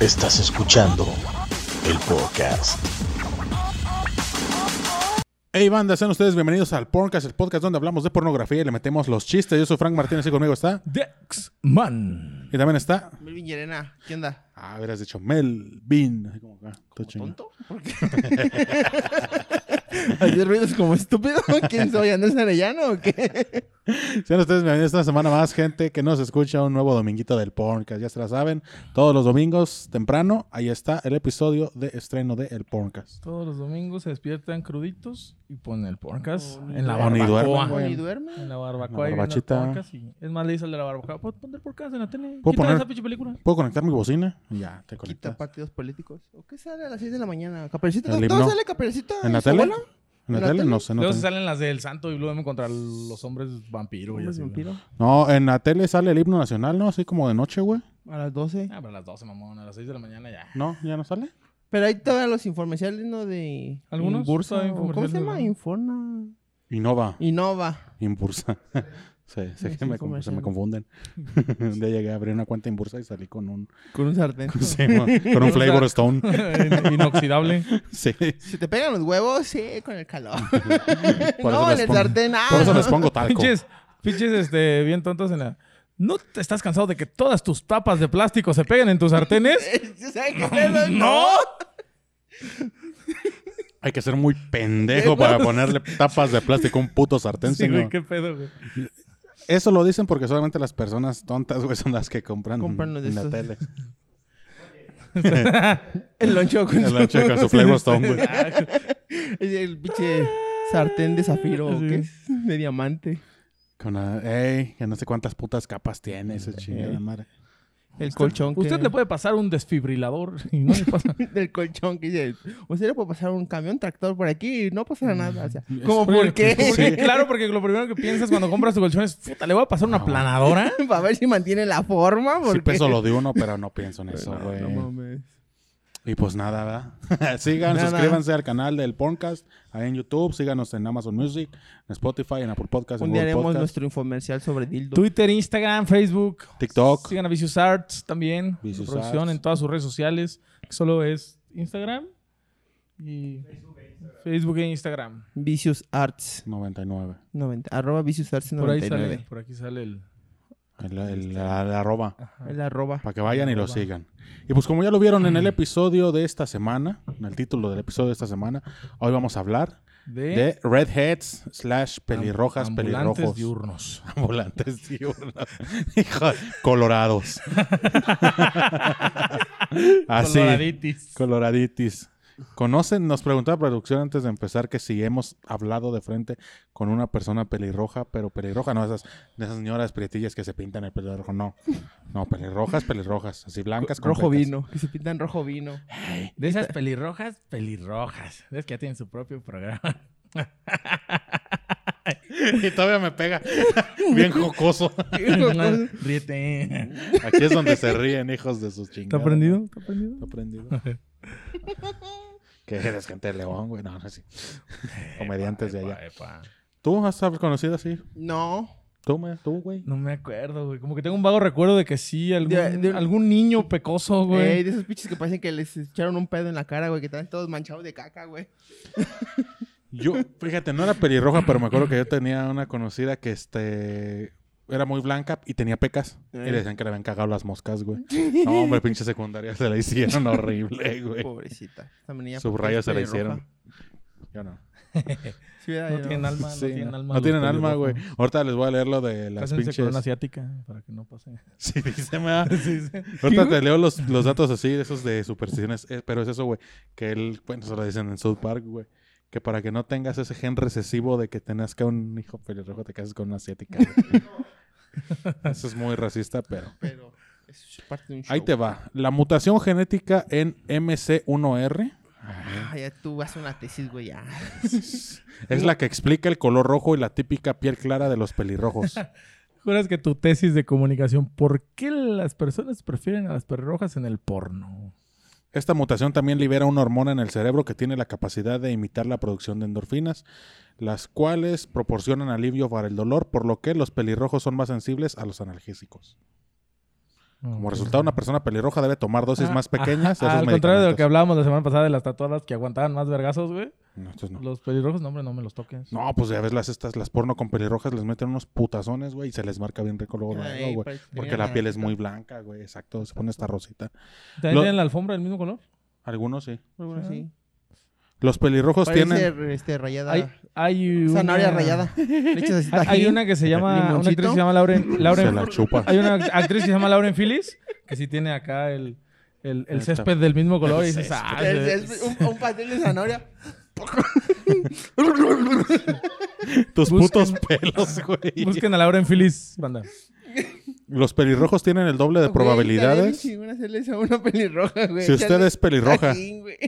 Estás escuchando el podcast. Hey banda, sean ustedes bienvenidos al Porncast, el podcast donde hablamos de pornografía y le metemos los chistes. Yo soy Frank Martínez y conmigo está. Dex Man. Y también está. Mel Viñerena, ¿qué onda? Ah, hubieras dicho Melvin. Así como acá, todo chingón. ¿Tonto? ¿Por qué? ¿Ayer vienes como estúpido? ¿Quién soy? ¿Andrés Arellano o qué? Sean ustedes bienvenidos una semana más, gente que nos escucha un nuevo dominguito del Porncast. Ya se la saben, todos los domingos temprano, ahí está el episodio de estreno de El Porncast. Todos los domingos se despiertan cruditos y ponen el podcast Oh, ni en la duermen. Ni barbacoa. duermen, güey. ¿Y duerme? En la barbacoa. La y viendo el barbachita. podcast y- es más, le dice al de la barbacoa, "Pon- pon el podcast en la tele. ¿Puedo Quita poner? esa pinche película. ¿Puedo conectar mi bocina? Y Ya, te Quita conectas. partidos políticos. ¿O qué sale a las 6 de la mañana? ¿Caperucita? El ¿No, himno. ¿Todo sale Caperucita? ¿En la ¿Y su tele? abuela? ¿En la tele? No sé, no Luego se tengo. salen las del santo y Blue Demon contra los hombres vampiro y Hombre, así. güey. vampiro. No, en la tele sale el himno nacional, ¿no? Así como de noche, güey. A las 12. Ah, pero a las 12, mamón. A las 6 de la mañana ya. No, ya no sale. Pero hay todavía los infomerciales, ¿no? De... Algunos Bursa. todavía ¿Cómo se infomerciales, llama? ¿no? Inforna. Innova. Innova. Impulsa. sí, sé Sí, que me, sí, conf- se me comercial. confunden. un día llegué a abrir una cuenta en Bursa y salí con un, Con un sartén. sí, mo- con un Flavor Stone. Inoxidable. Sí. Si te pegan los huevos, sí, con el calor. Por no, eso en les el pongo- sartén. ah, Por eso no. les pongo talco. Pinches, pinches, este, bien tontos en la. ¿No te estás cansado de que todas tus tapas de plástico se peguen en tus sartenes? ¿Saben qué pedo? ¡No! Hay que ser muy pendejo para ponerle tapas de plástico a un puto sartén. Sí, güey, señor. qué pedo, güey. Eso lo dicen porque solamente las personas tontas, güey, son las que compran Compran los de en la estos. tele. El loncho con El lonche con su Flavor Stone, güey. Es el pinche sartén de zafiro, Ah, Sí. que es de diamante. Con la- ey, que no sé cuántas putas capas tiene ese chingada madre. El colchón que... Usted le puede pasar un desfibrilador y no le pasa. Del colchón que dice, usted le puede pasar un camión tractor por aquí y no pasará nada. O sea, ¿cómo Oye, por qué? porque- Claro, porque lo primero que piensas cuando compras tu colchón es, puta, le voy a pasar una planadora. Para ver si mantiene la forma, Sí porque... peso lo de uno, pero no pienso en eso, Pues No, güey. no mames. Y pues nada, ¿verdad? Sigan, Nada. suscríbanse al canal del Porncast, ahí en YouTube, síganos en Amazon Music, en Spotify, en Apple Podcast, en Un día Google haremos Podcast, nuestro infomercial sobre dildo. Twitter, Instagram, Facebook. TikTok. Sigan a Vicious Arts también. Vicious la producción Arts. en todas sus redes sociales. Que solo es Instagram y Facebook e Instagram. Vicious Arts 99. 90. Arroba Vicious Arts Por ahí sale, 99. por aquí sale el... El, el- la- la arroba. El Este. arroba. Para que vayan y lo sigan. Y pues como ya lo vieron en el episodio de esta semana, en el título del episodio de esta semana, hoy vamos a hablar De, de redheads slash pelirrojas, ambulantes pelirrojos. diurnos. Ambulantes diurnos. Hijo, colorados. Así. Coloraditis. Coloraditis. ¿Conocen? Nos preguntaba producción antes de empezar que si hemos hablado de frente con una persona pelirroja, pero pelirroja, no esas, de esas señoras prietillas que se pintan el pelo rojo, no. No, pelirrojas, pelirrojas, así blancas. Rojo completas. vino. Que se pintan rojo vino. De esas pelirrojas, pelirrojas. Es que ya tienen su propio programa. Y todavía me pega. Bien jocoso. Ríete. Aquí es donde se ríen, hijos de sus chingados. ¿Está prendido? ¿Está prendido? Está prendido. que eres gente de león, güey. No, no sí. Comediantes de Epa, allá. epa. ¿Tú has conocido así? No. ¿Tú, me- tú güey? No me acuerdo, güey. Como que tengo un vago recuerdo de que sí, algún, De- de- algún niño pecoso, Ey, güey. de esos pinches que parecen que les echaron un pedo en la cara, güey, que están todos manchados de caca, güey. Yo, fíjate, no era pelirroja, pero me acuerdo que yo tenía una conocida que este era muy blanca y tenía pecas. Y le decían que le habían cagado las moscas, güey. No, hombre, pinche secundaria se la hicieron horrible, güey. Pobrecita. Esta niña Sus porque rayas se es la pelirroja. hicieron. Yo no. Sí, ¿verdad? No Yo tienen alma, Sí, no tienen alma. no los tienen alma, güey. pelirrojos. Ahorita les voy a leer lo de las Cásense con pinches. una asiática para que no pase. Sí, dice, me da- Ahorita te leo los, los datos así, de esos de supersticiones. Eh, pero es eso, güey. Que él, bueno, se lo dicen en South Park, güey. Que para que no tengas ese gen recesivo de que te nazca un hijo pelirrojo, te cases con una asiática. güey. eso es muy racista, pero. Pero es parte de un show. Ahí te va. La mutación genética en MC1R Ah, ya tú haces una tesis, güey, ya. es la que explica el color rojo y la típica piel clara de los pelirrojos. Juras que tu tesis de comunicación, ¿por qué las personas prefieren a las pelirrojas en el porno? Esta mutación también libera una hormona en el cerebro que tiene la capacidad de imitar la producción de endorfinas, las cuales proporcionan alivio para el dolor, por lo que los pelirrojos son más sensibles a los analgésicos. Como resultado, una persona pelirroja debe tomar dosis Ah, más pequeñas. de ajá, esos al contrario de lo que medicamentos. hablábamos la semana pasada de las tatuadas que aguantaban más vergazos, güey. No, estos no. Los pelirrojos, no, hombre, no me los toques. No, pues ya ves las estas, las porno con pelirrojas, les meten unos putazones, güey, y se les marca bien rico luego, luego, Ay, güey. pues, Porque tenía la piel es naranjita. muy blanca, güey, exacto, se pone esta rosita. ¿También Lo- tienen la alfombra del mismo color? Algunos sí. Pues sí. Los pelirrojos Parece tienen... este, rayada. Hay, hay una... zanahoria rayada. Leche de Hay, hay tajín. una que se llama... Una Limoncito. actriz que se llama Lauren... Se Lauren la chupa. hay una actriz que se llama Lauren Phillips que sí tiene acá el, el, el Esta. césped del mismo El color. y dices, césped. ah, Es- es un, un pastel de zanahoria. Tus Busquen- putos pelos, güey. busquen a Lauren Phillips, banda. Los pelirrojos tienen el doble de Güey, probabilidades. estaría bien chingón hacerle eso a una pelirroja, güey. Si usted Echarle es pelirroja. tajín, güey.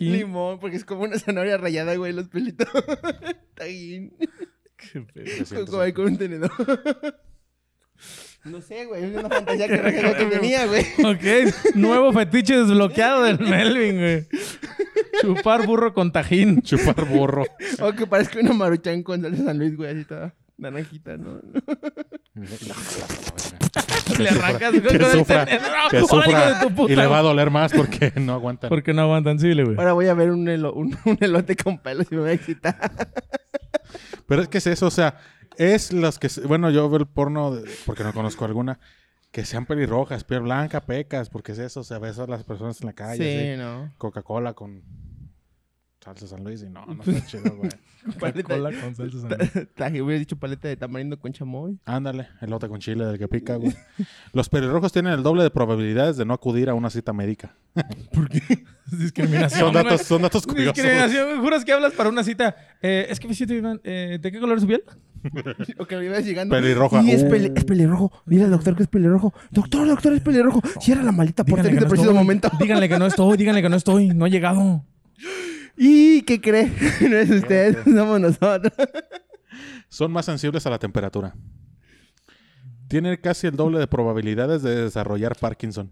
Limón, porque es como una zanahoria rayada, güey, los pelitos. Tajín. Como Siéntese. ahí con un tenedor. No sé, güey. Es una fantasía que, que, que tenía, güey. Ok, nuevo fetiche desbloqueado del Melvin, güey. Chupar burro con tajín. Chupar burro. O que parezca una maruchan con salsa San Luis, güey, así toda naranjita, ¿no? Le arrancas con Que el sufra, tenedor. que ¡Ay, sufra. hijo de tu puta Y le va a doler más porque no aguanta. Porque no aguantan sensible, güey. Ahora voy a ver un, elo- un, un elote con pelos y me voy a excitar. Pero es que es eso, o sea, es las que... se- Bueno, yo veo el porno de- porque no conozco alguna. Que sean pelirrojas, piel blanca, pecas, porque es eso, o sea, ves a las personas en la calle, así, no. Coca-Cola con salsa San Luis y no, no está chido, güey. pues, Paleta, Coca-Cola con salsa San Luis. tajín, hubiera dicho paleta de tamarindo con chamoy. Ándale, elote con chile del que pica, güey. Los pelirrojos tienen el doble de probabilidades de no acudir a una cita médica. ¿Por qué? Es discriminación. Son güey. datos, son datos curiosos. Discriminación, güey. Juras que hablas para una cita. Eh, es que me siento, bien, eh, ¿de qué color es su piel? O que me ibas llegando. Pelirroja. Y es, Uh. pele- es pelirrojo. Dile al doctor que es pelirrojo. Doctor, doctor, es pelirrojo. Cierra la maleta por en este preciso estoy. momento. Díganle que no estoy, díganle que no estoy, no he llegado. ¿Y qué cree? No es usted, somos nosotros. Son más sensibles a la temperatura. Tienen casi el doble de probabilidades de desarrollar Parkinson.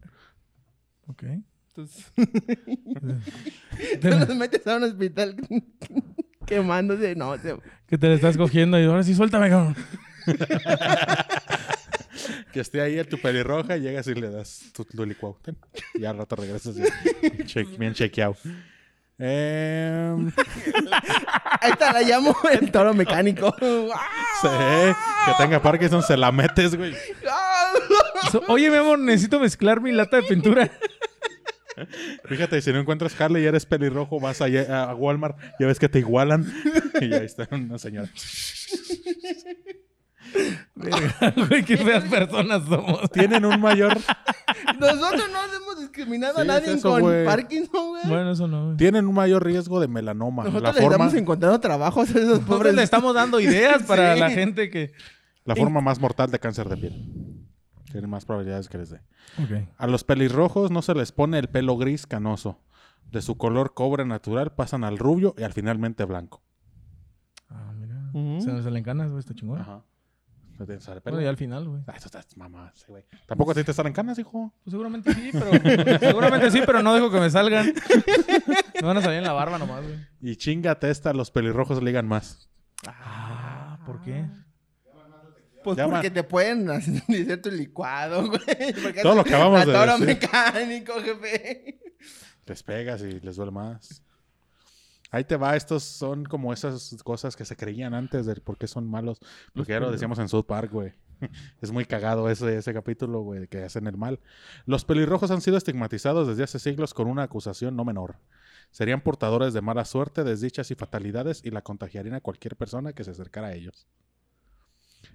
Ok. Entonces, los metes a un hospital quemándose. No, se- Que te le estás cogiendo y ahora sí suéltame, cabrón. Que esté ahí tu pelirroja, llegas y le das tu, tu licuado. Ten. Y al rato regresas y- che- bien chequeado. Em, ahí está, la llamo el toro mecánico. sí, que tenga Parkinson, se la metes, güey. So- Oye, mi amor, necesito mezclar mi lata de pintura. Fíjate, si no encuentras Harley y eres pelirrojo, vas allá a Walmart, ya ves que te igualan. Y ahí está una señora. Güey, qué feas personas somos. Tienen un mayor, Nosotros no hemos discriminado a Sí, nadie es eso, con güey. Parkinson, güey. Bueno, eso no, güey. tienen un mayor riesgo de melanoma. Nosotros la le forma, estamos encontrando trabajos a esos pobres. Nosotros le estamos dando ideas para Sí. la gente que... la forma más mortal de cáncer de piel. Tienen más probabilidades que les dé. Ok. A los pelirrojos no se les pone el pelo gris canoso. De su color cobre natural pasan al rubio y al finalmente blanco. Ah, mira. Ujú. Se, se le encanas, güey, está chingón. Ajá. No tienes el pelo. Bueno, y al final, güey. Ah, eso está- mamá, sí, güey. Tampoco a ti te salen canas, hijo. Pues seguramente sí, pero... seguramente sí, pero no dejo que me salgan. Me van a salir en la barba nomás, güey. Y chingate esta, los pelirrojos ligan más. Ah, ¿por qué? Pues Llama. porque te pueden hacer hacer tu licuado, güey. Porque Todo lo que acabamos la de toro decir. mecánico, jefe. Les pegas y les duele más. Ahí te va, estos son como esas cosas que se creían antes del por qué son malos. Porque ya lo decíamos en South Park, güey. Es muy cagado ese, ese capítulo, güey, de que hacen el mal. Los pelirrojos han sido estigmatizados desde hace siglos con una acusación no menor. Serían portadores de mala suerte, desdichas y fatalidades y la contagiarían a cualquier persona que se acercara a ellos.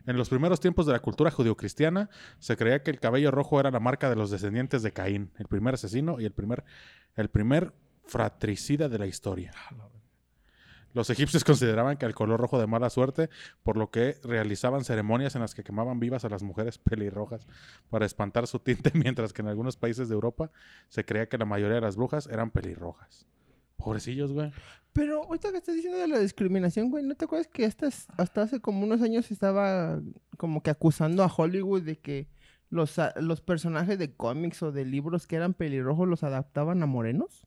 En los primeros tiempos de la cultura judeocristiana, se creía que el cabello rojo era la marca de los descendientes de Caín, el primer asesino y el primer el primer fratricida de la historia. Los egipcios consideraban que el color rojo de mala suerte, por lo que realizaban ceremonias en las que quemaban vivas a las mujeres pelirrojas para espantar su tinte, mientras que en algunos países de Europa se creía que la mayoría de las brujas eran pelirrojas. Pobrecillos, güey. Pero ahorita que estás diciendo de la discriminación, güey, ¿no te acuerdas que hasta, hasta hace como unos años estaba como que acusando a Hollywood de que los, a- los personajes de cómics o de libros que eran pelirrojos los adaptaban a morenos?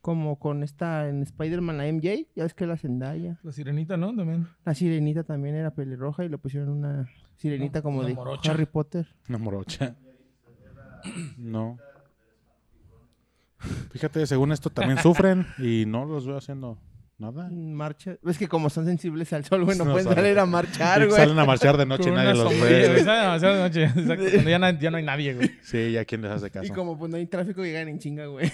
Como con esta en Spider-Man, la MJ, ya ves que la Zendaya. La sirenita, ¿no? También. La sirenita también era pelirroja y le pusieron una sirenita No, como una de morocha. Harry Potter. Una morocha. No. Fíjate, según esto también sufren y no los veo haciendo nada. Marcha. Es que como son sensibles al sol, güey, no No pueden saben. salir a Y marchar, güey. salen a marchar de noche y Con nadie una los sombrilla, güey, ve. ¿sabes? Demasiado de noche. Exacto, cuando ya no, hay- ya no hay nadie, güey. Sí, ya quién les hace Y caso. como pues no hay tráfico, llegan en chinga, güey.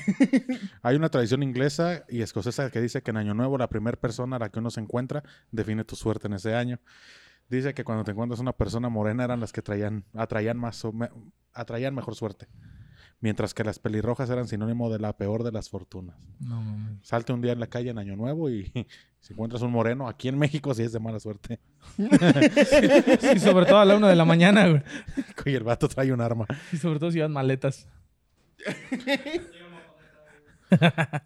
Hay una tradición inglesa y escocesa que dice que en Año Nuevo la primera persona a la que uno se encuentra define tu suerte en ese año. Dice que cuando te encuentras una persona morena eran las que traían, atraían, más o me- atraían mejor suerte. Mientras que las pelirrojas eran sinónimo de la peor de las fortunas. No, mames. Salte un día en la calle en Año Nuevo y si encuentras un moreno, aquí en México sí es de mala suerte. Sí, sobre todo a la una de la mañana, güey. Y el vato trae un arma. Y sobre todo si llevan maletas.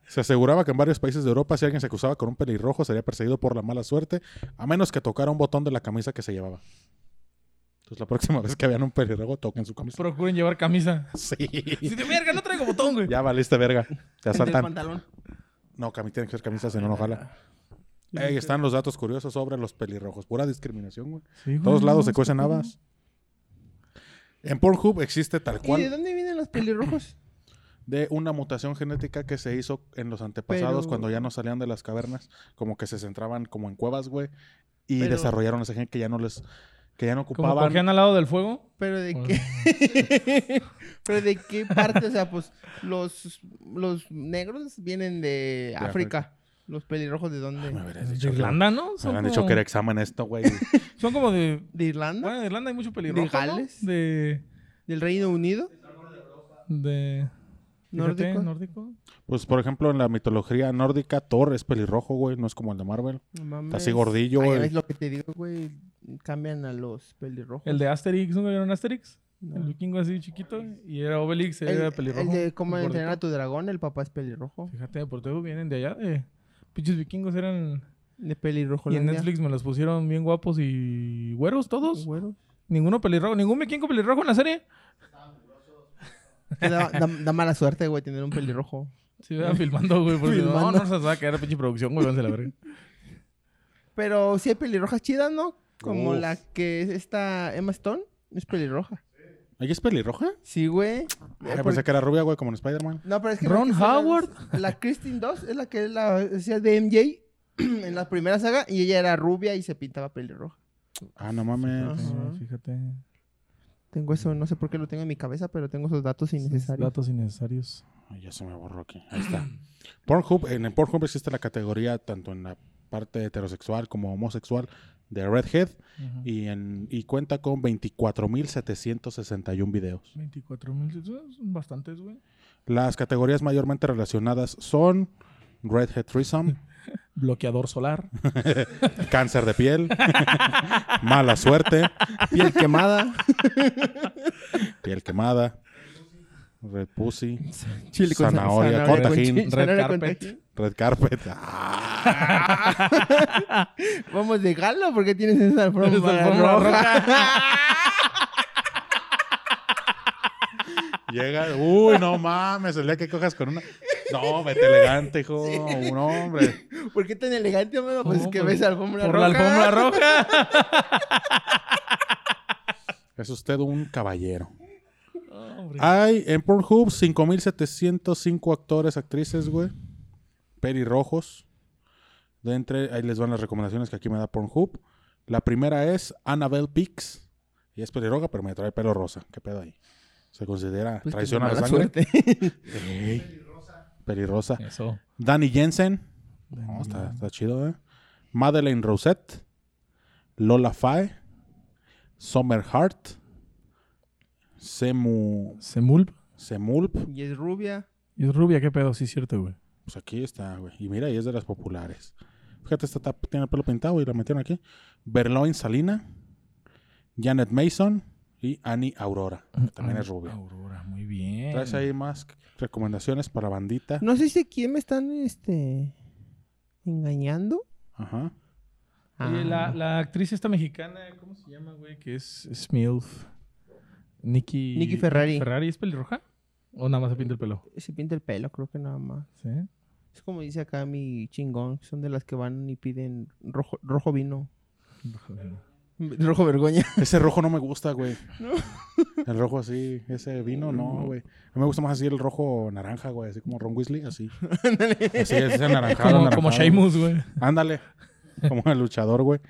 Se aseguraba que en varios países de Europa si alguien se acusaba con un pelirrojo sería perseguido por la mala suerte, a menos que tocara un botón de la camisa que se llevaba. Entonces la próxima vez que vean un pelirrojo, toquen su camisa. Procuren llevar camisa. Sí. Si te verga, no traigo botón, güey. Ya valiste verga. Te El del asaltan. pantalón. No, cami- tienen que ser camisas, si no, no jala. Ahí están los datos curiosos sobre los pelirrojos. Pura discriminación, güey. Sí, güey, Todos no, lados se está cuecen cabrón. habas. En Pornhub existe tal ¿Y de cual dónde vienen los pelirrojos? de una mutación genética que se hizo en los antepasados Pero- cuando ya no salían de las cavernas, como que se centraban como en cuevas, güey, y Pero- desarrollaron ese gen que ya no les que ya no Como ocupaban. cogían al lado del fuego. ¿Pero de Bueno. Pues, qué? ¿Pero de qué parte? O sea, pues los, los negros vienen de, África. África. Los pelirrojos de Me dónde? habrías De dicho que- Irlanda, ¿no? me Son habían como, dicho que era examen esto, güey. son como de... ¿De Irlanda? Bueno, de Irlanda hay mucho peligro. ¿De Gales? De... ¿Del Reino Unido? de ¿Nórdico? fíjate, nórdico. Pues por ejemplo, en la mitología nórdica Thor es pelirrojo, güey, no es como el de Marvel. No mames. Está así gordillo, Ay, güey. ¿Ves lo que te digo, güey? Cambian a los pelirrojos. El de Asterix, ¿nunca vieron Asterix? No. El vikingo así chiquito. Y era Obelix, El- era pelirrojo. el de cómo gordito. entrenar a tu dragón, el papá es pelirrojo. Fíjate, por todo vienen de allá. De... Pinches vikingos eran... De pelirrojo. Y en Netflix me los pusieron bien guapos y güeros todos. Ninguno pelirrojo, ningún vikingo pelirrojo en la serie. Da, da- da mala suerte, güey, tener un pelirrojo. Sí, ¿verdad? filmando, güey. Porque no, Filmando. no se va a quedar pinche producción, güey. Váyanse a la verga. Pero sí hay pelirrojas chidas, ¿no? Como Uf. la que es esta Emma Stone. Es pelirroja. ¿Ahí es pelirroja? Sí, güey. Ah, Eh, pensé porque- que era rubia, güey, como en Spider-Man. No, pero es que... pues, Ron la que sale- Howard. La Christine 2 es la que es la hacía de MJ en la primera saga. Y ella era rubia y se pintaba pelirroja. Ah, no mames. Ajá. Sí, Fíjate. Tengo eso, no sé por qué lo tengo en mi cabeza, pero tengo esos datos innecesarios. Datos innecesarios. Ay, ya se me borró aquí. Ahí está. Pornhub, en el Pornhub existe la categoría tanto en la parte heterosexual como homosexual de Redhead Ajá. y, en, y cuenta con 24.761 videos. 24 mil, son bastantes, güey. Las categorías mayormente relacionadas son Redhead Threesome, Bloqueador solar. cáncer de piel, mala suerte, Piel quemada, piel quemada, Red Pussy, chile con zan- Zanahoria, zanahoria cortajín. con chi- Red zanahoria con carpet. tajín. Red Carpet. Ah, Vamos de gala porque tienes esa alfombra alfombra roja. llega, uy, no mames, el día que cojas con una. No, vete elegante, hijo. Un hombre. ¿Por qué tan elegante, amigo? Pues es No, que pues, ves alfombra Por la roja. alfombra roja. Es usted un caballero. Hombre. Hay en Pornhub 5.705 actores, actrices, güey. Pelirrojos. De entre, ahí les van las recomendaciones que aquí me da Pornhub. La primera es Annabelle Pix. Y es pelirroja, pero me trae pelo rosa. ¿Qué pedo ahí? Se considera Pues que traición a la mala sangre. suerte. Ey. Pelirrosa. Eso. Danny Jensen. No, está, está chido, ¿eh? Madeleine Rosette. Lola Fae. Summer Heart. Semu. Semulp. Semulp. y es rubia. Y es rubia, qué pedo, sí, cierto, güey. Pues aquí está, güey. Y mira, y es de las populares. Fíjate, esta tap- tiene el pelo pintado y la metieron aquí. Berloin Salina, Janet Mason y Annie Aurora. que También es rubia. Aurora, muy bien. Traes ahí más recomendaciones para bandita. No sé si quién me están este engañando. Ah, Ajá. Oye, la, la actriz esta mexicana, ¿cómo se llama, güey? Que es Smilf. Nikki... Nikki Ferrari. ¿Ferrari es pelirroja? ¿O nada más se pinta el pelo? Se pinta el pelo, creo que nada más. Sí. Es como dice acá mi chingón, son de las que van y piden rojo, rojo vino. Rojo Vergoña. Ese rojo no me gusta, güey. El rojo así, ese vino, no, güey. A mí me gusta más así el rojo naranja, güey. Así como Ron Weasley, así. Así, ese anaranjado. Como, anaranjado, como Sheamus, güey. güey. Ándale. Como el luchador, güey.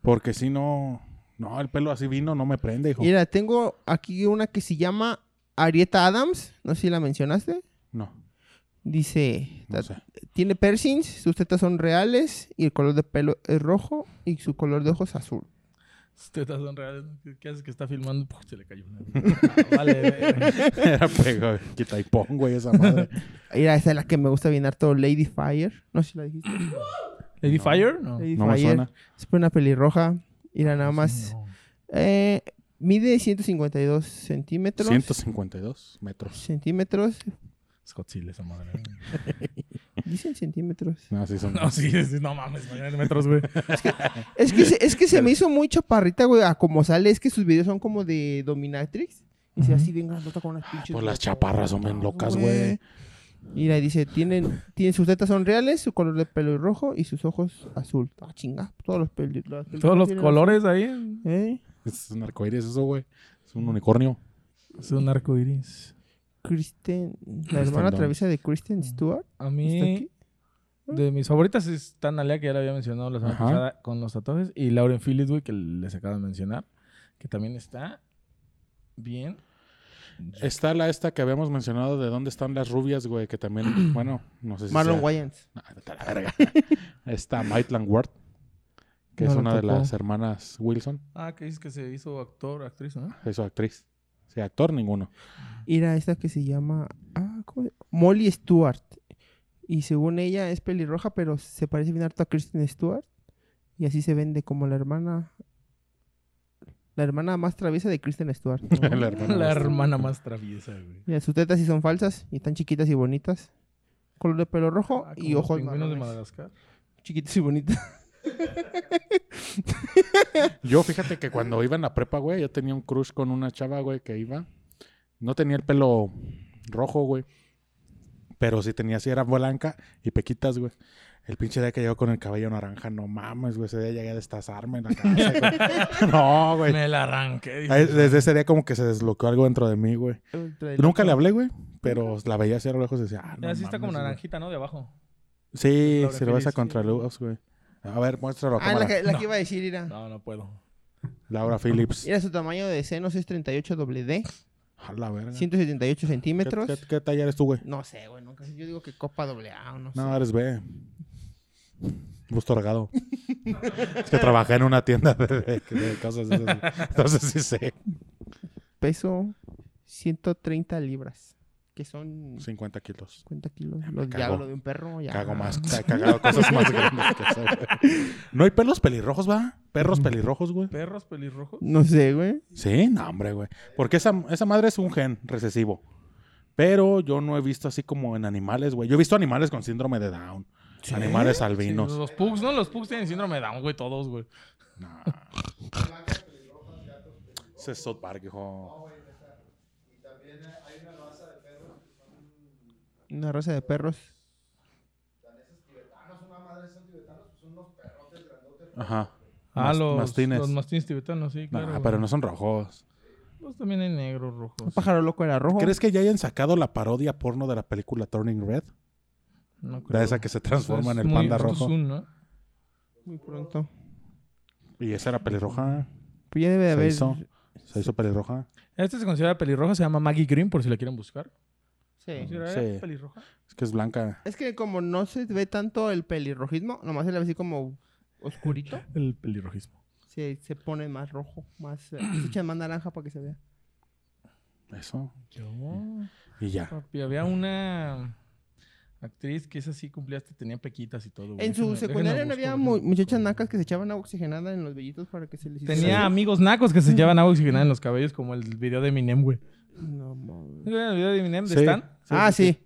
Porque si no... No, el pelo así vino no me prende, hijo. Mira, tengo aquí una que se llama Arieta Adams. No sé si la mencionaste. No, Dice, no sé. tiene piercings, sus tetas son reales y el color de pelo es rojo y su color de ojos azul. Sus tetas son reales. ¿Qué- ¿Qué haces que está filmando? Puf, se le cayó una. vale, verga. Era pego, quita y pon, güey, esa madre. Mira, esa es la que me gusta bien harto, Lady Fire. No sé si la dijiste. ¿Lady Fire? No. Lady No me Fire. suena. Es una pelirroja. Mira, nada más. Ah, No. Eh, mide 152 centímetros. 152 metros. Centímetros. Es Godzilla esa madre. Dicen centímetros. No, sí son... No, sí, sí, no mames, mañana metros, güey. Es que, se, es que se me hizo muy chaparrita, güey. A como sale, es que sus videos son como de Dominatrix. Y se ve Ujú. así bien grandota con unas pinches. Pues las botas. Ah, chaparras son bien locas, güey. Mira, dice, tienen, tienen, sus tetas son reales, su color de pelo es rojo y sus ojos azul. Ah, chinga. Todos los pelos. las películas Todos los tienen colores ahí. azul. ¿Eh? Es un arcoíris eso, güey. Es un unicornio. Es un arco iris. Kristen, la Kristen hermana Dunst. traviesa de Mm. Kristen Stewart. A ¿Está mí, aquí? de mis favoritas es Tan Alea, que ya la había mencionado la semana Ajá. pasada con los tatuajes. Y Lauren Phillips, güey, que les acabo de mencionar. Que también está bien. Está la esta que habíamos mencionado de dónde están las rubias, güey, que también, bueno, no sé si Marlon sea- Wayans. No, vete a la verga. Está Maitland Ward, que No es lo una de topó. las hermanas Wilson, Ah, que dices que se hizo actor, actriz, ¿no? es su actriz. Sí, actor ninguno. Mira, esta que se llama ah, ¿cómo se- Molly Stewart. Y según ella es pelirroja, pero se parece bien harto a Kristen Stewart. Y así se vende como la hermana. La hermana más traviesa de Kristen Stewart. la hermana. La Ward. hermana más traviesa, güey. Mira, sus tetas sí son falsas y están chiquitas y bonitas. Color de pelo rojo Ah, como y los ojos pingüinos de marrones. Madagascar. Chiquitas y bonitas. Yo fíjate que cuando iba en la prepa, güey, yo tenía un crush con una chava, güey, que iba. No tenía el pelo rojo, güey. Pero sí tenía, sí era blanca y pequitas, güey. El pinche día que llegó con el cabello naranja, no mames, güey. Ese día llegué a destazarme en la cabeza, güey. No, güey. Ah, Me la arranqué. dice. Ahí, Desde ese día como que se desbloqueó algo dentro de mí, güey. Nunca le hablé, güey, pero la veía así a lo lejos y decía, ah, no. Así está como mames, güey. naranjita, ¿no? De abajo. Sí, Laura se lo vas a Phillips. contraluz, güey. A ver, muéstralo a Ah, la cámara. que, la que iba a decir, mira. No, no puedo. Laura Phillips. Mira, su tamaño de senos es 38 WD, A la verga. ¿Qué, 178 centímetros. qué, qué talla eres tú, güey? No sé, güey. nunca sé. Yo digo que copa doble A o no, No, eres B. Gusto regado. es que trabajé en una tienda de, de- de cosas de esas. Entonces sí sé. sé. Peso 130 libras. Que son 50 kilos. 50 kilos. Ah, me Los cago. diablos de un perro. Ya. Cago más. he Cagado cosas más grandes que eso, güey. No hay pelos pelirrojos, ¿va? Perros pelirrojos, güey. ¿Perros pelirrojos? No sé, güey. Sí, no, hombre, güey. Porque esa, esa madre es un gen recesivo. Pero yo no he visto así como en animales, güey. Yo he visto animales con síndrome de Down. Animales Sí, albinos. los pugs, ¿no? Los pugs tienen síndrome de Down, güey, todos, güey. No. Ese es South Park, hijo. Una raza de perros. Ajá. Ah, Mas- los mastines. Los mastines tibetanos, sí, No, claro. güey. pero no son rojos. Pues también hay negros, rojos. Un pájaro loco era rojo. ¿Crees que ya hayan sacado la parodia porno de la película Turning Red? No creo. La esa que se transforma en Es el muy- panda esto es rojo. un, ¿no? Muy pronto. Y esa era pelirroja. Pues ya debe de Se haber. hizo. Se hizo pelirroja. Esta Este se considera pelirroja, se llama Maggie Green, por si la quieren buscar. Sí. ¿Considera Sí. pelirroja? Es que es blanca. Es que como no se ve tanto el pelirrojismo, nomás se le ve así como oscurito. El pelirrojismo. se, se pone más rojo, más. eh, se echa más naranja para que se vea. Eso. Yo, Y ya. papi, había una actriz que es así, cumplía hasta tenía pequitas y todo. güey. En su Déjenme- secundaria no déjenme había busco, mu- déjenme muchachas busco. nacas que se echaban agua oxigenada en los vellitos para que se les hiciera- Tenía amigos nacos que se llevan agua oxigenada en los cabellos, como el video de Eminem, güey. No, mames. ¿Vieron el video de Eminem de Sí. Stan? ah, sí.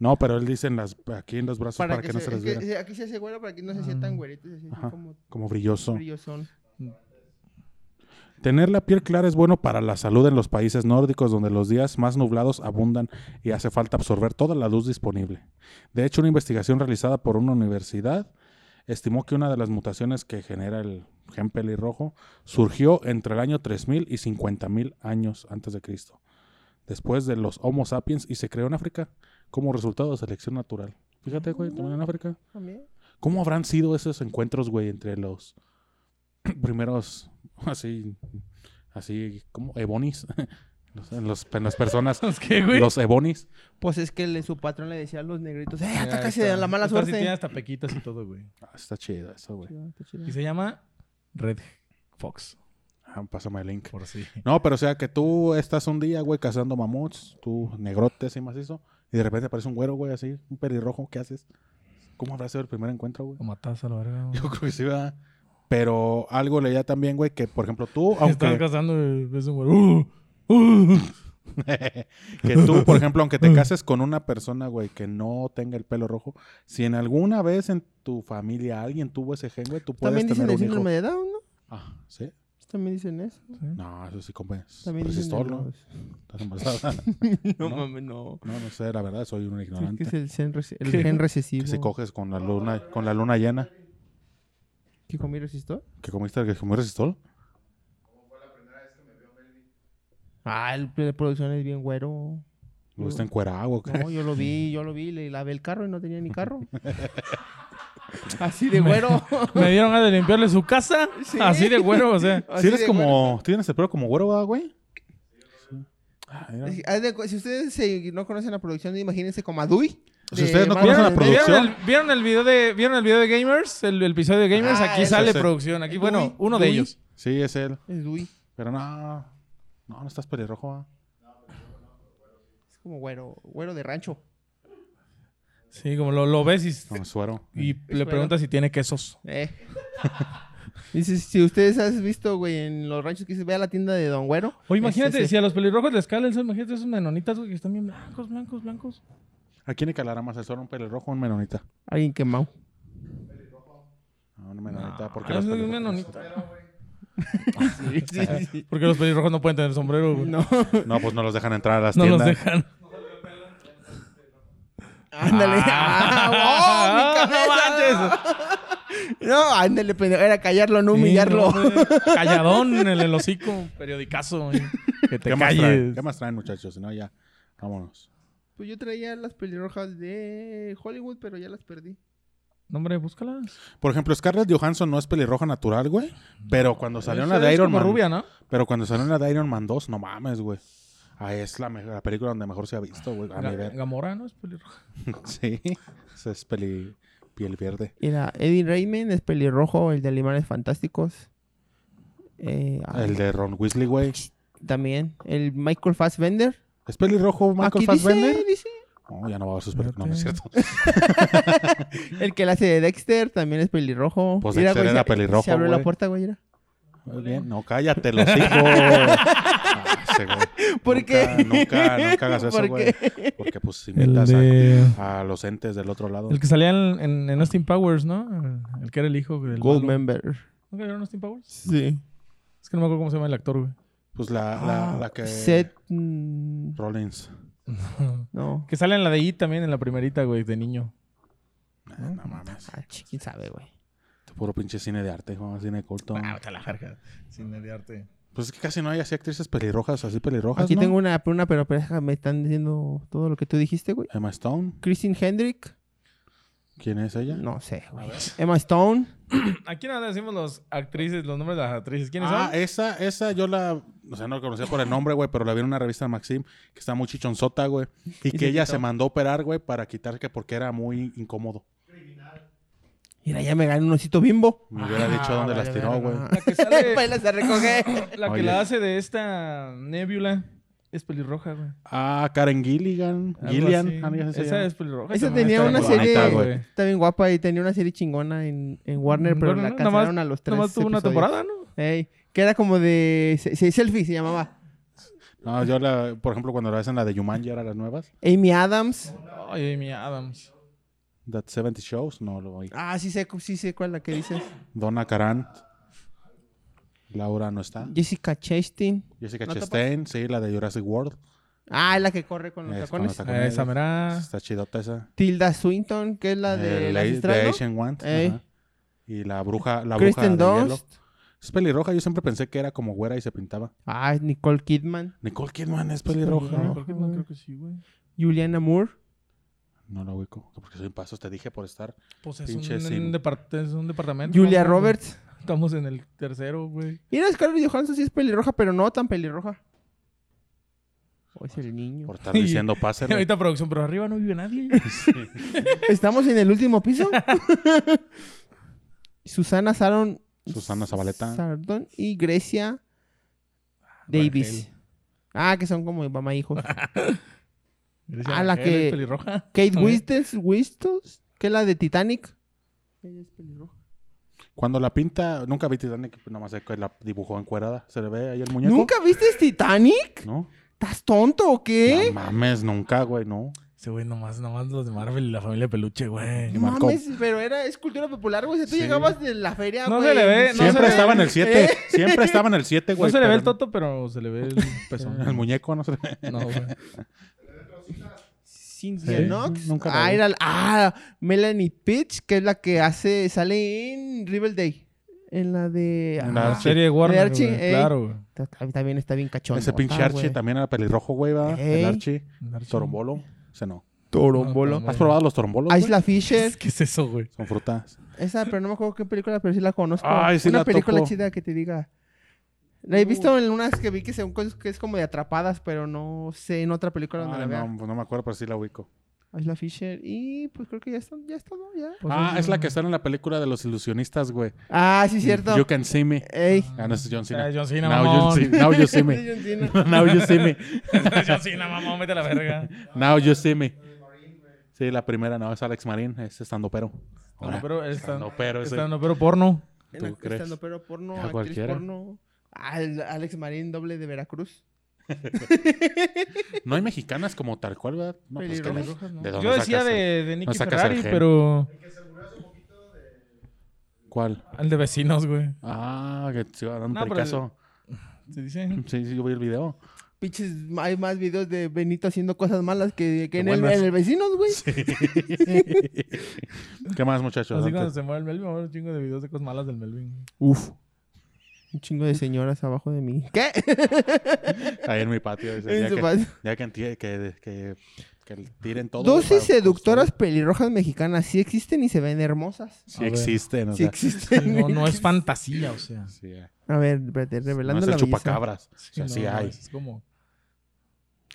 No, pero él dice en las, aquí en los brazos para, que, no se es les viera. que Aquí se hace güero para que no se sientan tan güeritos, así Ajá. como Como brilloso. brillosón. Tener la piel clara es bueno para la salud en los países nórdicos donde los días más nublados abundan y hace falta absorber toda la luz disponible. De hecho, una investigación realizada por una universidad estimó que una de las mutaciones que genera el gen pelirrojo surgió entre el año 3000 y 50.000 años antes de Cristo, después de los Homo sapiens y se creó en África como resultado de selección natural. Fíjate, güey, también en África. También. ¿Cómo habrán sido esos encuentros, güey, entre los primeros, así, así, como ebonis? Los- en los- en las personas, Es que, güey. los ebonis. Pues es que le- su patrón le decía a los negritos, ¡eh, Mira, hasta casi está. de la mala Esta sí Tiene suerte! hasta pequitas y todo, güey. Ah, está chido eso, güey. Chido, está chido. Y se llama Red Fox, Ah, pásame el link. por si. No, pero o sea que tú estás un día, güey, cazando mamuts, tú negrote así macizo, y de repente aparece un güero, güey, así, un pelirrojo, ¿qué haces? ¿Cómo habrá sido el primer encuentro, güey? Lo matas a la verga. güey. Yo creo que sí, ¿verdad? Pero algo leía también, güey, que por ejemplo tú, Estás aunque cazando y ves un güey. ¡Uh! ¡Uh! que tú, por ejemplo, aunque te cases con una persona, güey, que no tenga el pelo rojo, si en alguna vez en tu familia alguien tuvo ese gen, güey, tú puedes También dicen tener el un hijo. síndrome de Down, ¿no? Ah, ¿sí? También dicen eso. No, eso sí, compa, pues es También dicen de resistor, ¿no? los- Estás embarazada. No ¿No? mames, no. No, no sé, la verdad, soy un Es que ignorante. es el gen, resi- el gen recesivo. Que si coges con la luna, con la luna llena, ¿Qué comí resistor? que comiste que comí resistol. Ah, el de producción es bien güero. Lo viste encuerado, güey. No, yo lo vi, yo lo vi, le lavé el carro y no tenía ni carro. Así de güero. Me dieron ganas de limpiarle su casa. Sí. Así de güero, o sea. Así Si eres de como, güero. tienes el pelo como güero, ¿verdad, güey. Ah, mira. Es que, haz de cu- Si ustedes se- no conocen la producción, imagínense como a Dui. Si de ustedes no Mad conocen la Men. producción, ¿Vieron el, vieron el video de, ¿Vieron el video de Gamers? El, el episodio de Gamers. Ah, Aquí ese, sale ese. producción. Aquí, bueno, Uy, uno de uy. ellos. Sí, es él. Es Dui. Pero no, no, no estás pelirrojo, ¿verdad? Es como güero, güero de rancho. Sí, como lo, lo ves y, Con suero. y le bueno. preguntas si tiene quesos. Eh. Dices, si ustedes has visto, güey, en los ranchos que dices, ve a la tienda de Don Güero. O imagínate, Es ese. si a los pelirrojos les cala el sol, imagínate esos menonitas, güey, que están bien blancos, blancos, blancos. ¿A quién le calará más el suero, un pelirrojo o un menonita? Alguien quemado. No, un menonita. No, porque Ah, es los un pelirrojos- menonita. Sí, sí, sí. Porque los pelirrojos no pueden tener sombrero, güey. No, No, pues no los dejan entrar a las No los tiendas. dejan. ándale. Ah. Ah, ¡Oh, mi cabeza! No, ándale, pendejo. Era callarlo, no humillarlo. Sí, no, güey. calladón en el hocico, periodicazo. güey. Que te ¿Qué más, traen? calles. ¿Qué más traen, muchachos? Si no, ya, vámonos. Pues yo traía las pelirrojas de Hollywood, pero ya las perdí. No, hombre, búscalas. Por ejemplo, Scarlett Johansson no es pelirroja natural, güey. Pero cuando salió en la Esa de es Iron como Man. rubia, ¿no? Pero cuando salió en la de Iron Man 2, no mames, güey. Ah, es la, me- la película donde mejor se ha visto, güey. A mi Ga- ver. Gamora, ¿no? Es pelirroja. Sí. Esa es peli, piel verde. Era Eddie Raymond, es pelirrojo, el de Animales Fantásticos. Eh, ah, El de Ron Weasley, güey. También. El Michael Fassbender. ¿Es pelirrojo Michael Aquí Fassbender? dice, dice. No, ya no va a ver sus películas. No, no es cierto. El que la hace de Dexter también es pelirrojo. Pues Mira, Dexter güey, era se- pelirrojo, Se abrió la güey. puerta, güey. mira. Muy bien. No, cállate, los hijos. Ah, ese güey. ¿Por Nunca- qué? Nunca, nunca hagas eso, ¿Por güey. Porque pues invitas de- a, a los entes del otro lado. El que salía en, en, en Austin Powers, ¿no? El que era el hijo del malo. Member. ¿Nunca vieron Austin Powers? Sí. Es que no me acuerdo cómo se llama el actor, güey. Pues la, Ah, la, la que... Seth. mm, Rollins. No. Que sale en la de I también, en la primerita, güey, de niño. Ah, no mames. Ah, chi- quién sabe, güey. Puro pinche cine de arte, ¿no? cine corto. vete a la verga. Sin mediarte. Pues es que casi no hay así actrices pelirrojas, así pelirrojas. Aquí ¿no? tengo una, una pero, pero deja, me están diciendo todo lo que tú dijiste, güey. Emma Stone. Christine Hendrick. ¿Quién es ella? No sé, güey. Emma Stone. Aquí nada más decimos los actrices, los nombres de las actrices. ¿Quiénes Ah, son? esa, esa yo la, o sea, no la conocía por el nombre, güey, pero la vi en una revista de Maxim que está muy chichonzota, güey, y, que se ella quitó. se mandó a operar, güey, para quitar que porque era muy incómodo. Mira, ya me gané un osito bimbo. Ah, Me hubiera dicho dónde las tiró, güey. La que sale- Bailas a recoger. La que Oye. la hace de esta Nebula es pelirroja, güey. Ah, Karen Gilligan, Algo así. Gillian, algo así se Esa llama. es pues, pelirroja. Esa también, tenía está una bien serie. bonita, güey. Está bien guapa y tenía una serie chingona en, en Warner, pero Bueno, la no, nada más- cancelaron a los tres. Nomás tuvo una episodios. temporada, ¿no? Ey, que era como de. se- se- selfie se llamaba. No, yo la, por ejemplo, cuando la hacen la de Jumanji, ahora las nuevas, Amy Adams. Ay, Amy Adams. That 70 Shows, no lo oí. Ah, sí sé, cu- sí sé cuál es la que dices. Donna Karan. Laura no está. Jessica Chastain. Jessica ¿No topas? Chastain, sí, la de Jurassic World. Ah, es la que corre con los Es con tacones. los tacones. Ah, Eh, Esa merá. Está chidota esa. Tilda Swinton, que es la Eh, de. la la de astral, ¿no? Asian Want. Ey. ajá. Y la bruja, la bruja Kristen de hielo. Dunst. Es pelirroja, yo siempre pensé que era como güera y se pintaba. Ah, Nicole Kidman. Nicole Kidman es pelirroja. pelirroja. Nicole Kidman, creo que sí, güey. Juliana Moore. No la ubico. Porque soy paso, te dije por estar. Pues es Pinche un, sin- depart- es un departamento. Julia ¿no? Roberts. Estamos en el tercero, güey. Mira, Scarlett Johansson sí es pelirroja, pero no tan pelirroja. O es el niño. Por estar diciendo pásenle. Ahorita producción, pero arriba no vive nadie. ¿Estamos en el último piso? Susana Saron. Susana Zabaleta. Sardón y Grecia Davis. Rangel. Ah, que son como mi mamá e hijos. Grecia Ah, la Rangel, que- es pelirroja. Kate Muy bien. Winslet, Winslet, que es la de Titanic. Ella es pelirroja. Cuando la pinta, nunca vi Titanic, pues, nomás sé que la dibujó encuerada. ¿Se le ve ahí el muñeco? ¿Nunca viste Titanic? ¿No? ¿Estás tonto o qué? No mames, nunca, güey, no. Ese güey, nomás, nomás los de Marvel y la familia peluche, güey. No No marcó. mames, pero era, es cultura popular, güey. O sea, tú Sí. llegabas de la feria, No güey. se le ve, no Siempre se estaba en el ¿Eh? 7. Siempre estaba en el 7, No güey. se le ve pero el toto, pero se le ve el pezón. El muñeco no se le ve. No, güey. Cynthia Sí. Knox. Nunca la ah, vi. era la- ah, Melanie Pitch, que es la que hace, sale en Riverdale. En la de... En la ah, Archie. Serie de Warner, Archie, güey, ey. Claro, güey. ta- ta- También está bien Ah, cachón. Ese pinche Archie también era pelirrojo, güey, ¿verdad? Ey. El Archie. Archie. Torombolo. Ese no. Torombolo. ¿Has probado los torombolos? güey? Isla Fisher. ¿Qué es eso, güey? Son frutas. Esa, pero no me acuerdo qué película, pero sí la conozco. Ay, sí una la película topo. chida que te diga. La he visto Uh. en unas que vi que según cosas que es como de atrapadas, pero no sé en otra película donde Ay, la vea. no, no me acuerdo, pero sí la ubico. Isla Fisher. Y pues creo que ya está, ya está, ¿no? Ya. Pues ah, es la que es está en la película de los ilusionistas, güey. Ah, sí, cierto. You can see me. Ey. Ah, no, ese es John Cena. Ah, John Cena, now, you mamón. see, now you see me. John Cena. Now you see me. John Cena, mamón, vete a la verga. Now you see me. Sí, la primera no es Alex Marín, es estando pero. No, pero es tan- Estando pero, está en opero porno. ¿Tú Era crees? estando pero porno, Ya actriz cualquiera. porno. Al- Alex Marín, doble de Veracruz. No hay mexicanas como tal cual, ¿verdad? No, pues, ¿qué Pelirrojas, les- ¿no? ¿de dónde Yo decía sacas el- de, de Nicky no sacas el Ferrari, gen. pero ¿Cuál? el de vecinos, güey. Ah, que se iba a dar un No, pero- pericazo. ¿Se dice? Sí, sí, yo vi el video. Pinches, hay más videos de Benito haciendo cosas malas que, que en, el, buenas. en el vecinos, güey. ¿Qué más, muchachos? Así cuando Antes- se muere el Melvin, ahora un chingo de videos de cosas malas del Melvin. Uf. Un chingo de señoras abajo de mí. ¿Qué? Ahí en mi patio. dice, En ya, su que, patio. ya que, entie- que, que, que tiren todo. para Dosis seductoras construir. pelirrojas mexicanas sí existen y se ven hermosas. Sí A ver. existen, o Sí sea. existen. No, no es fantasía, o sea. Sí, eh. A ver, espérate, No revelando es la el belleza. chupacabras. O sea, no, sí no, hay. Es como...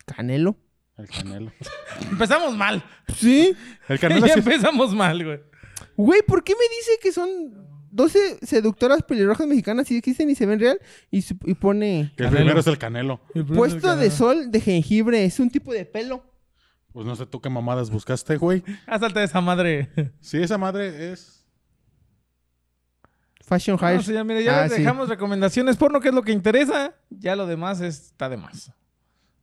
Canelo. El canelo. Empezamos mal. Sí. El canelo ya sí. empezamos mal, güey. Güey, ¿por qué me dice que son 12 seductoras pelirrojas mexicanas sí existen y se ven real? Y, su- y pone que el Canelo. primero es el canelo. Pues puesto de sol de jengibre. Es un tipo de pelo. Pues no sé tú qué mamadas buscaste, güey. Asalta Ah, de esa madre. Sí, esa madre es. Fashion No, Hire. sí, ya, mira, ya Ah, les sí. dejamos recomendaciones porno, que es lo que interesa. Ya lo demás está de más.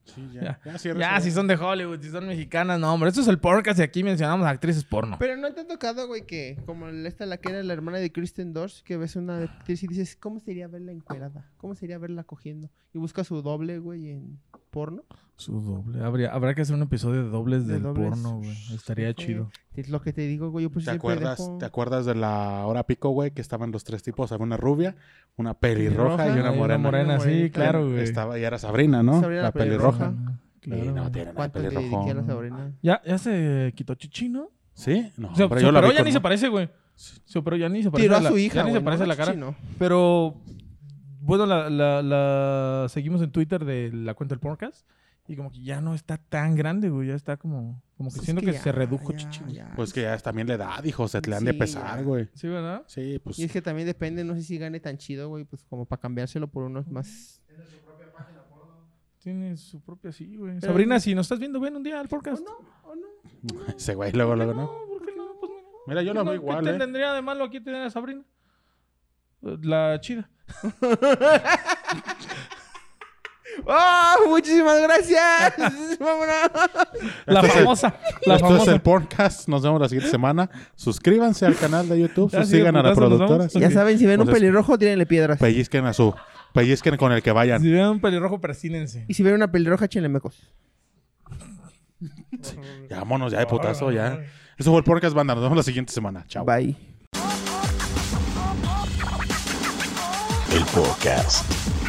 Sí, Ya. ya. Ya, cierra Ya, eso, si son de Hollywood, si son mexicanas, no, hombre. Esto es el podcast y aquí mencionamos actrices porno. Pero no te ha tocado, güey, que como el- esta la que era la hermana de Kristen Dorsch, que ves una actriz y dices, ¿cómo sería verla encuerada? ¿Cómo sería verla cogiendo? Y busca su doble, güey, en porno. Su doble. Habría, habrá que hacer un episodio de dobles De del dobles. porno, güey. Estaría Sí. chido. Es lo que te digo, güey. Yo pues ¿Te siempre acuerdas, dejo- ¿Te acuerdas de la hora pico, güey? Que estaban los tres tipos. Había una rubia, una pelirroja y Pelirroja, una Hay morena. Una sí, morenita. claro, güey. Estaba, y era Sabrina, ¿no? Sabrina la la pelirroja. pelirroja. Claro, Y no, güey. tiene nada de ¿Cuánto le dediqué a la pelirrojo. sobrina? ¿Ya, ya se quitó chichino? ¿Sí? No, O sea, hombre, se yo la operó, vi ya con- ni se parece, güey. Se operó, ya ni se parece. Tiró a la- su hija, Ya ni güey, se parece no, la cara. chino. Pero, bueno, la, la, la seguimos en Twitter de la cuenta del podcast. Y como que ya no está tan grande, güey. Ya está como... Como que Pues es siento que, ya, se redujo ya, chichino. ya. Pues que ya es también la edad, hijo. Se te le han de Sí, pesar, ya. güey. ¿Sí, verdad? Sí, pues. Y es que también depende, no sé si gane tan chido, güey, pues como para cambiárselo por unos más... Tiene su propia, sí, güey. Pero- Sabrina, si nos estás viendo, ven un día al podcast. no? ¿O no? Ese güey, luego, luego, ¿no? No, ¿por qué no? Pues, Mira, yo la veo no, igual, ¿Qué ¿eh? tendría de malo aquí tener a Sabrina? La chida. ¡Ah! ¡Muchísimas gracias! ¡Vámonos! La Este es el- famosa. La Esto es famosa. el podcast. Nos vemos la siguiente semana. Suscríbanse al canal de YouTube. Ya, sí, sigan a la putazo, nos vamos. productora. Ya saben, si ven un Pues es- pelirrojo, tírenle piedras. Pellizquen a su. Pellizquen con el que vayan. Si ven un pelirrojo, persínense. Y si ven una pelirroja, échenle mecos. Ya, vámonos, ya de putazo, ya. Eso fue el podcast, banda. Nos vemos la siguiente semana. Chao. Bye. el podcast.